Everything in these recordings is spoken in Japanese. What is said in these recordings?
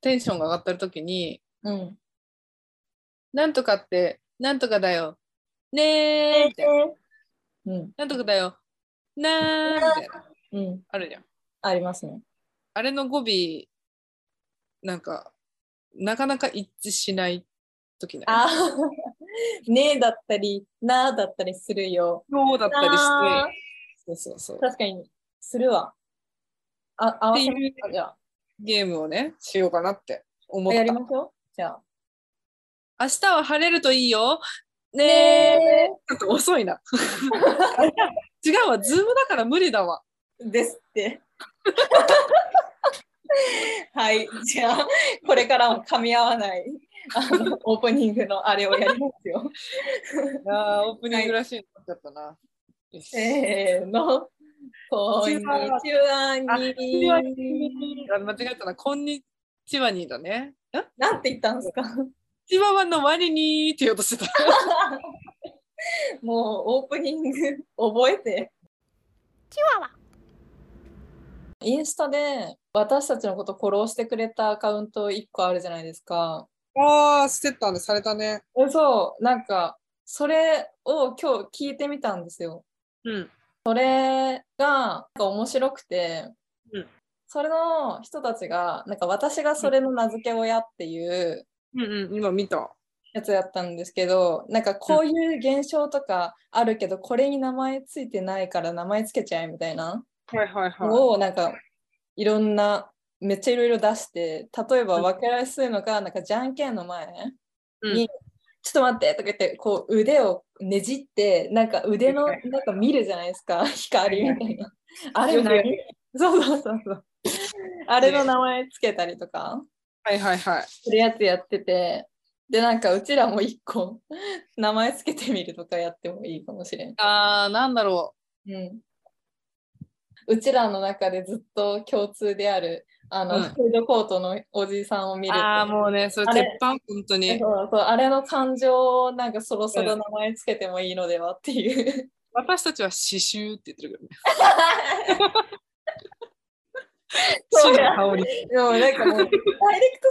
テンションが上がってる時に、うん。なんとかって、なんとかだよ。ねーみたいな。うん。なんとかだよ。なーみたいな。うん。あるじゃん。ありますね。あれの語尾、なんか、なかなか一致しない時ない。あーねえだったり、なーだったりするよ。そうだったりなしーて、そうそうそう。確かに、するわ。あ、合っわてせますいうかじゃゲームをね、しようかなって思あ。っやた。りま明しょう。じゃあ。日は晴れるといいよ。ねーねちょっと遅い な。違うわ、ズームだから無理だわ。ーですって。はい、じゃあ、これからも噛み合わないあのオープニングのあれをやりますよ。あーオープニングらしいのになっちゃったな。よしせーの。こんにちはあに。あ間違えたな、こんにちはにだね。んなんて言ったんですかチワワのワニにーって言おうとしてた。もうオープニング覚えて。チワワ。インスタで私たちのことフォローしてくれたアカウント1個あるじゃないですか。ああ、してたね、されたね。そう、なんかそれを今日聞いてみたんですよ。うん。それがなんか面白くて、うんそれの人たちがなんか私がそれの名付け親っていううんうん、今見た。やつだったんですけどなんかこういう現象とかあるけど、これに名前ついてないから名前つけちゃえみたいなはいはいはい。のをなんかいろんなめっちゃいろいろ出して例えば分けられするのがなんかじゃんけんの前うんに、ちょっと待って」とか言ってこう腕をねじってなんか腕のはないんか見るじゃないですか 光みたいな。あよれくや何そうそうそうそう。あれの名前つけたりとか。はいはいはい。するやつやっててでなんかうちらも一個名前つけてみるとかやってもいいかもしれん、ああ、なんだろうん、うちらの中でずっと共通であるあの、うんフードコートのおじさんを見う。るああ、もうね、それあれ鉄板、本当そうに。そうあれの感情をなんかそろそろうん名前つけてもいいのではっていう、私たちは刺繍って言ってるけどね。 そう死の香り。でもなんかもうダイレクト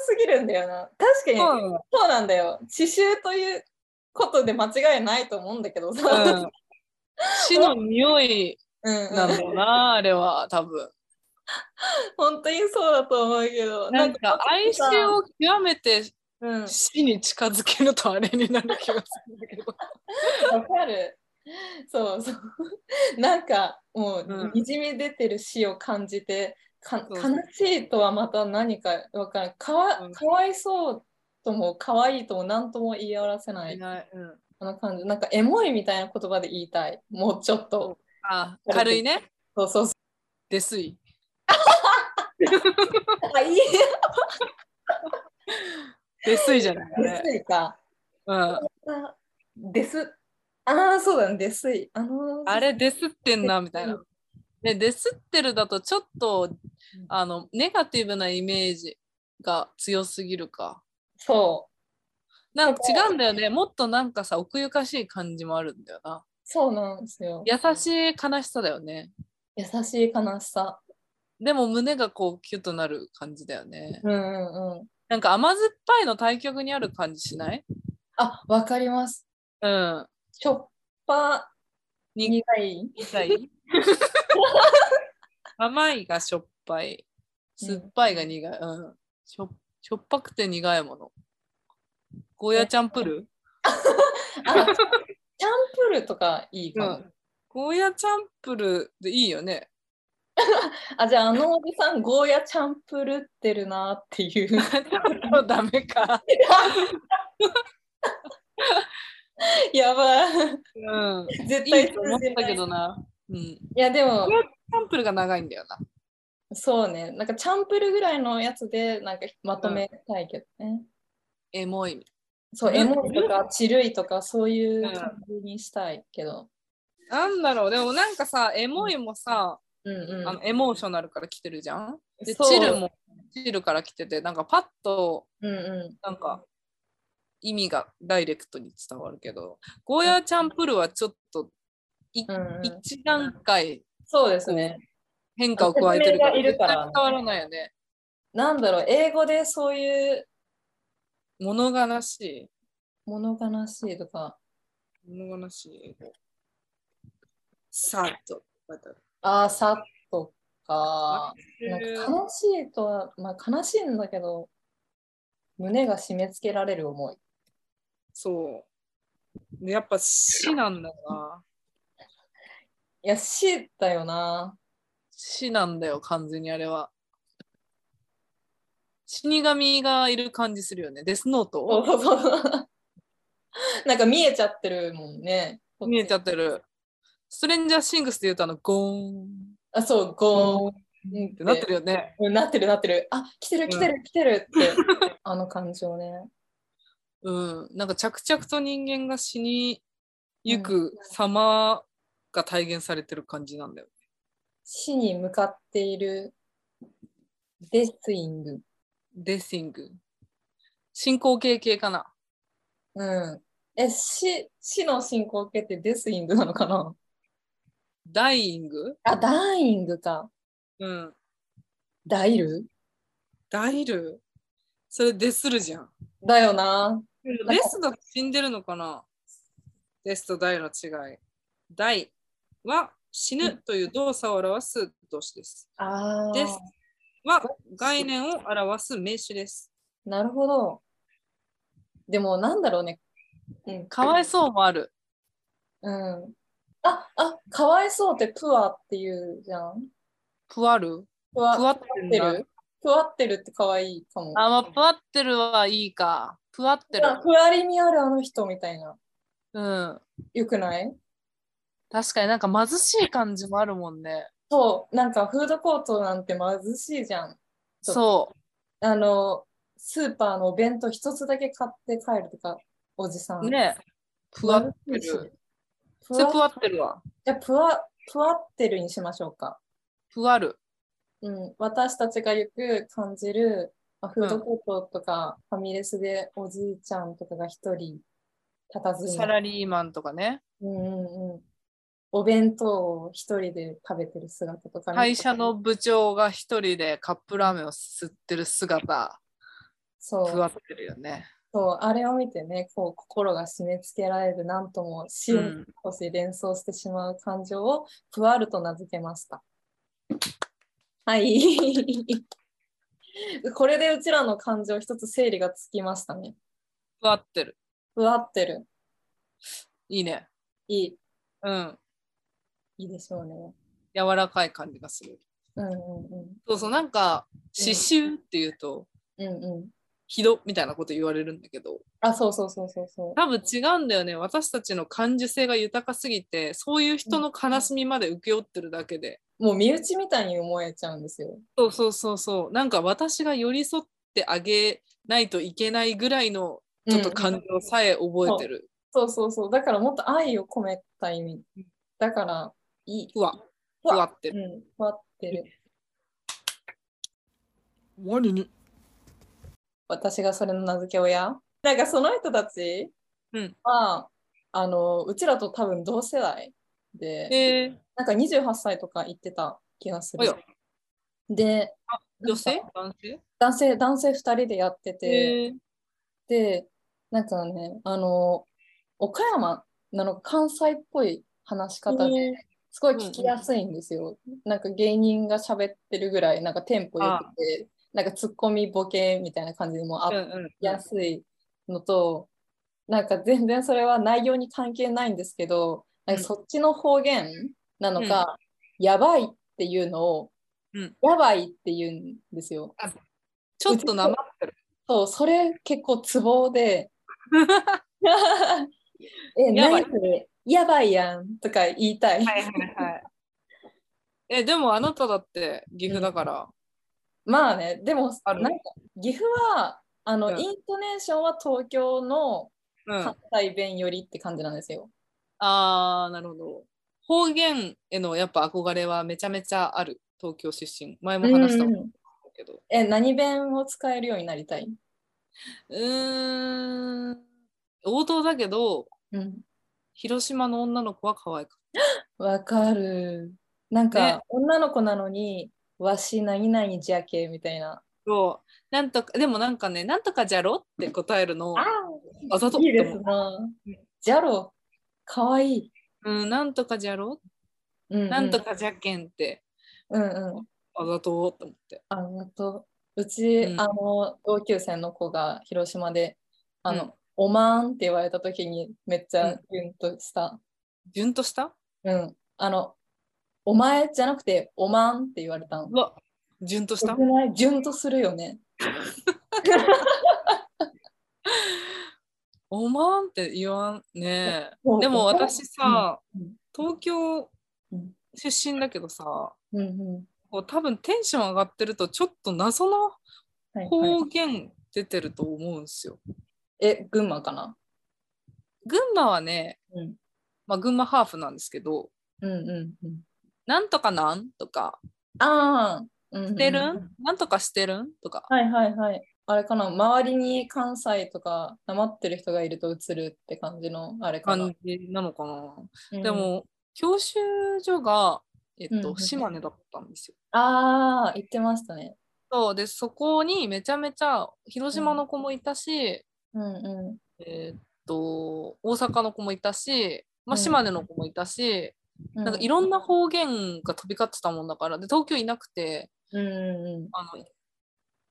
すぎるんだよな確かにそうそなのうなんだよ刺繍ということで間違いないと思うんだけどさ、 うん。死の匂いうんうんなんだろうな、あれは、多分。本当にそうだと思うけど、なんか、哀愁を極めてうん、わ死に近づけるとあれになる気がするんだけど。かる。そうそう。なんか、もうんう、にじみ出てる死を感じて、かそうそう悲しいとはまた何かわからんかうわ。んかわいそうとも、かわいいとも、なんとも言い表せないい、ないうんあの感じ。なんか、エモいみたいな言葉で言いたい。もうちょっと。あ軽いね。そうそうそですい。う。あ、いいですいじゃない。あれですいか。うん、あです。ああ、そうだね。ですい。あのーあれですってんなみたいな。でですってるだとちょっとあのネガティブなイメージが強すぎるか。そう。なんか違うんだよね。もっとなんかさ奥ゆかしい感じもあるんだよな。そうなんですよ。優しい悲しさだよね。優しい悲しさ。でも胸がこうキュッとなる感じだよね。うんうんうん。なんか甘酸っぱいの対極にある感じしないあ、わかります。うん。しょっぱに苦い。痛い甘いがしょっぱい酸っぱいが苦い、うん、しょしょっぱくて苦いものゴーヤチャンプルあ、チャンプルとかいいかも。うんゴーヤチャンプルでいいよねあ、じゃああのおじさん、ゴーヤチャンプルってるなっていう。 ダメか、やばい。うん、絶い対いと思っ通じたなけい。いどな、うん、チや、でも、ャンプルが長いんだよなそうね。なんかチャンプルぐらいのやつで、なんかまとめたいけどね。エモいそう、うんエモいとか、チルいとか、そういう感じにしたいけど。なんだろうでもなんかさエモいもさ、うんうん。あのエモーショナルから来てるじゃんでそうチルもチルから来ててなんかパッとうんうん。なんか意味がダイレクトに伝わるけど、ゴーヤーチャンプルーはちょっとうんうん、一段階そうですね。変化を加えてる説明がいるからね絶対伝わらないよね。なんだろう英語でそういう物悲し物悲しいとかい。物悲しい英語。さっと。ああさとかなんか悲しいとは、まあ、悲しいんだけど胸が締め付けられる思いそう。でやっぱ死なんだよな。いや死だよな 死なんだよ、完全にあれは。死神がいる感じするよね。デスノートなんか見えちゃってるもんね見えちゃってる。ストレンジャーシングスって言うとあの、ゴーンあそうゴーンゴーンってなってるよね。うんなってるなってるあ来てる来てる来てるって、あの感情ねうん。なんか着々と人間が死にゆく様が体現されてる感じなんだよ。死に向かっているデスイングデスイング。進行形系かな。うんえ死死の進行形ってデスイングなのかなダイイングあダイイングかうん。ダイルダイルそれデスるじゃん。だよなデスだと死んでるのかなデスとダイの違い。ダイは死ぬという動作を表す動詞です。あーデスは概念を表す名詞です。なるほどでもなんだろうねうんかわいそうもある。うんああかわいそうってプアっていうじゃんプワルププアワってプアってるるプアってるってかわいいかもあ、まあ、プワってるはいいか。プワってる。あふわりにあるあの人みたいなうん。よくない確かになんか貧しい感じもあるもんね。そうなんかフードコートなんて貧しいじゃんそあの、スーパーのお弁当一つだけ買って帰るとか、おじさん。う。ね。プワって貧しいる。プそれプワワ、ってるわ。じゃあプワ、プワってるにしましょうか。プワル。うん。私たちがよく感じる、まあ、フードコートとか、ファミレスでおじいちゃんとかが一人、たたずんサで、ラリーマンとかね。うんうんうん。お弁当を一人で食べてる姿とか見て会社の部長が一人でカップラーメンを吸ってる姿、そふわうってるよね。そうあれを見てねこう心が締め付けられるなんとも死うをん少し連想してしまう感情をプワルと名付けました。はい。 これでうちらの感情一つ整理がつきましたね。ふわってる。ふわってる。いいね。いい。うん。いいでしょうね。柔らかい感じがする。うんうんそうそう、なんか、刺繍っていうと、うん。うんうん。ひどみたいなこと言われるんだけど、あ、そうそうそうそうそう。多分違うんだよね。私たちの感受性が豊かすぎて、そういう人の悲しみまで請け負ってるだけで。もう身内みたいに思えちゃうんですよ。そうそうそうそう。なんか私が寄り添ってあげないといけないぐらいのちょっと感情さえ覚えてる。そうそうそう。だからもっと愛を込めた意味。だから、いい。ふわ。ふふわわってるうん。ふわってる。我に私がそれの名付け親なんかその人たちうんは、あのうちらと多分同世代で、えー、なんか28歳とか言ってた気がすおるやで女性なんか男性男性男性2人でやってて、えーでなんかねあの岡山なのか関西っぽい話し方で、すごい聞きやすいんですよ、なんか芸人が喋ってるぐらいなんかテンポよくてなんかツッコミボケみたいな感じもあっうんうんやすいのと、なんか全然それは内容に関係ないんですけど、なんかそっちの方言なのか、やばいっていうのを、うんやばいって言うんですよ。ちょっとなまってる。そう、それ結構ツ ボで、え、やばい何それやばいやんとか言いたい。いはいはい。え、でもあなただって岐阜だから。まあね、でも、あなんるか岐阜は、あの、うんイントネーションは東京のうん。関あ西弁よりって感じなんですよ。あー、なるほど。方言へのやっぱ憧れはめちゃめちゃある。東京出身。前も話したうんんうんけど。え、何弁を使えるようになりたいうーん。王道だけど、うん。広島の女の子は可愛かっわかる。なんか、ね女の子なのに、わし何々じゃけみたいな。た。そうなんとかでもなんかねなんとかじゃろって答えるのああざとっいいてです思う、な。ジャロ、かわいい。うん、なんとかじゃろ、うんうんなんと。かじゃけんってうんうん。あざとって思ってあのとうち、うんあの同級生の子が広島で「あのうんおまん」って言われた時にめっちうゃんギュンとした。ギュンとしたうん、あのお前じゃなくて「おまん」って言われたのう。わギュンとしたよくないギュンとするよね。おまんって言わんねそうでも私、さ、うん東京うん出身だけどさ、うんうんこう多分テンション上がってるとちょっと謎のはいはい、方言出てると思うんですよ。え、群馬かな群馬はね、うんまあ、群馬ハーフなんですけどうんうんうん。 「なんとかなん?」とかああ、うんうん「してるんなんとかしてるん?」とかはいはいはい。あれかな周りに関西とかなまってる人がいると映るって感じのあれかな。感じなのかな。うんでも教習所が、えっうんうとん島根だったんですよ。ああ、言ってましたね。そうでそこにめちゃめちゃ広島の子もいたし、うんうえっと大阪の子もいたし、まうあ、ん島根の子もいたし。ん。なんかいろんな方言が飛び交ってたもんだからで東京いなくてうんうんあの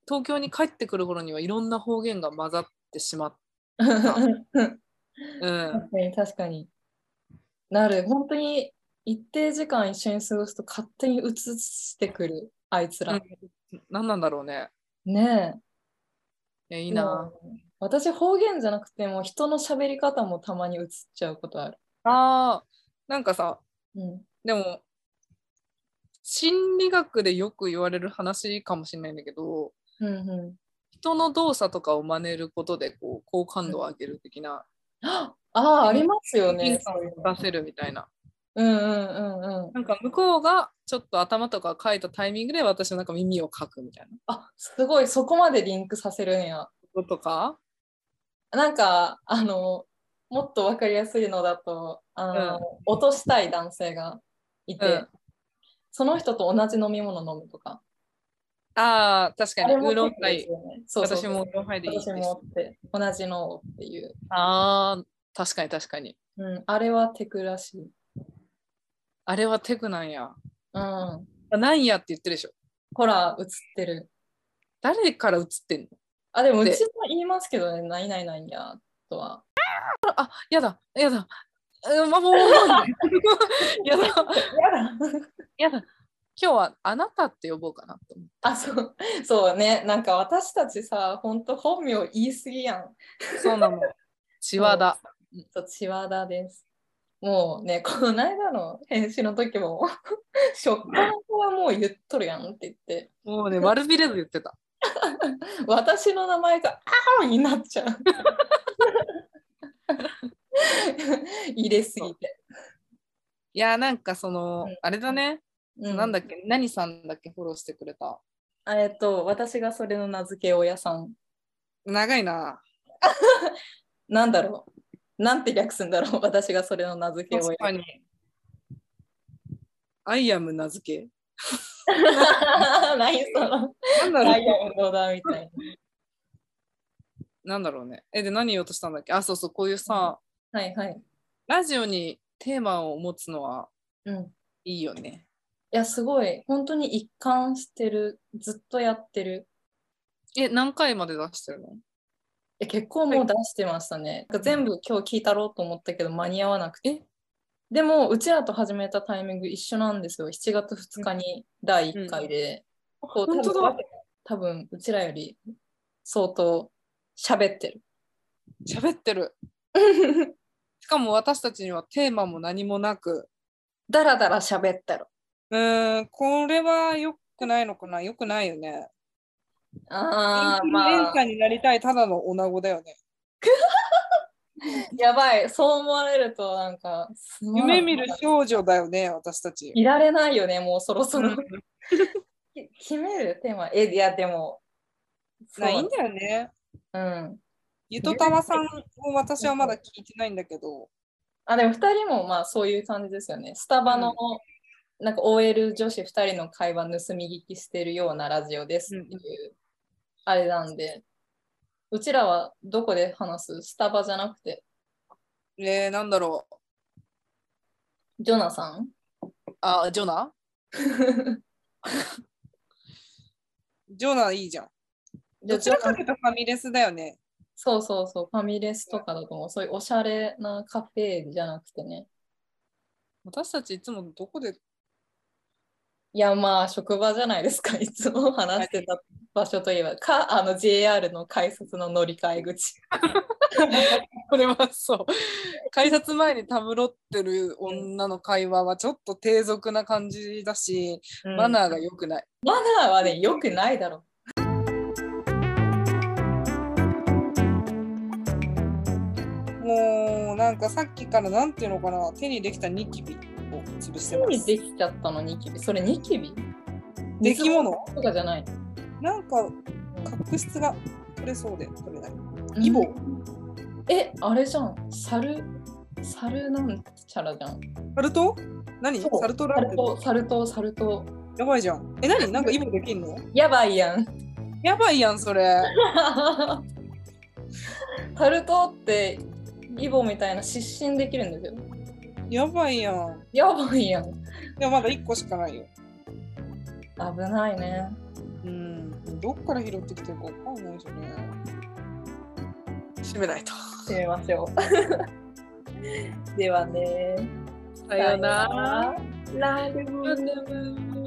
東京に帰ってくる頃にはいろんな方言が混ざってしまっうん。うん、確かに確かに。なる、本当に一定時間一緒に過ごすと勝手に映してくる、あいつら。何なんだろうねねえ。いやいいな、私方言じゃなくても人の喋り方もたまに映っちゃうことある。あーなんかさうん、でも心理学でよく言われる話かもしれないんだけどうんうん人の動作とかを真似ることでこう好感度を上げる的なああー、ありますよね。変化を出せるみたいなうんうんうんうん。なんか向こうがちょっと頭とか書いたタイミングで私のなんか耳をかくみたいなあすごい、そこまでリンクさせるんや。こととかなんか、あの、もっとわかりやすいのだと、あの、落としたい男性がいて、うんその人と同じ飲み物飲むとか。ああ、確かに。ウもーロン結ハ構ですイ。よね。そうそう私もウーロンハイでいいです私。もって、同じのをっていう。ああ、確かに確かに。うん、あれはテクらしい。あれはテクなんや。うん。なんやって言ってるでしょ。ほら、映ってる。誰から映ってんのあ、でもうでちも言いますけどね、何々なんや、とは。あ、やだ、やだ。うん、まあ、もう、 なんでやだ、やだ。今日はあなたって呼ぼうかなと思 あ、そう、そうね。なんか私たちさ、ほんと本名言いすぎやん。って。そう なの。千和田。そう、千和田です。もうね、この間の編集の時も、 食感はもう言っとるやんって言って、もうね、悪びれず言ってた。私の名前があーになっちゃ う。入れすぎて。いや、なんかそのうん、あれだね。うなんだっけ、何さんだっけ、フォローしてくれた。あえっと、私がそれの名付け親さん。長いな。なんだろうなんて略すんだろう私がそれの名付け親確かに。アイアム名付け。さん。 何その、なんだろう ダイヤのだみたいなんだろうね。え、で、何言おうとしたんだっけあ、そうそう、こういうさ、な。はいはい。ラジオにテーマを持つのはうん。いいよね。いや、すごい。本当に一貫してる。ずっとやってる。え、何回まで出してるのえ結構もう出してましたね。なんか全部今日聞いたろうと思ったけど間に合わなくて。えでも、うちらと始めたタイミング一緒なんですよ。7月2日に第1回で。こう本当だ。多分、うちらより相当喋ってる。喋って る。しかも私たちにはテーマも何もなく。だらだら喋ってる。うーん、これは良くないのかな良くないよね。あイあ、ンフルエまンあサ、ーになりたいただの女子だよね。やばい。そう思われると、なんか、すまん夢見る少女だよね、私たち。いられないよね、もうそろそろうん。き決めるテーマ。え、いや、でも、 ないいうんだよね。うん。ゆとたわさんを私はまだ聞いてないんだけど。あ、でも2人もまあそういう感じですよね。スタバの、なんか OL 女子2人の会話盗み聞きしてるようなラジオですっていうあれなんで、うちらはどこで話すスタバじゃなくて、えー、なんだろう。ジョナさ んあ、ジョナジョナいいじゃん。どじゃあちらかというとファミレスだよね。そうそうそう、ファミレスとかだと思う。そういうおしゃれなカフェじゃなくてね。私たちいつもどこで いや、まあ、職場じゃないですか。いつも話してた場所といえば、か、あの JR の改札の乗り換え口。これはそう改札前にたむろってる女の会話はちょっと低俗な感じだし、マー。ナーが良くない。マナーはね、良くないだろもうなんかさっきからなんていうのかな手にできたニキビを潰してう。ま何す。できちゃったの、ニキビ。それニキビ出来物水とかじゃない。なんか角質が取れそうで取れない。うんイボ。え、あれじゃん。猿、猿なんちゃらじゃん。サルト？何？そうサルトラ猿ルトと、猿と、猿と。やばいじゃん。え何？なんかイボできん の？やばいやん。やばいやんそれ。 タルトってイボみたいな失神できるんですよ。やばいやん。やばいやん。でもまだ一個しかないよ。危ないね。うん。どっから拾ってきてるかわかんないしね。閉めないと。閉めましょう。ではね。 さようなら。さようなら。ラブラブラブ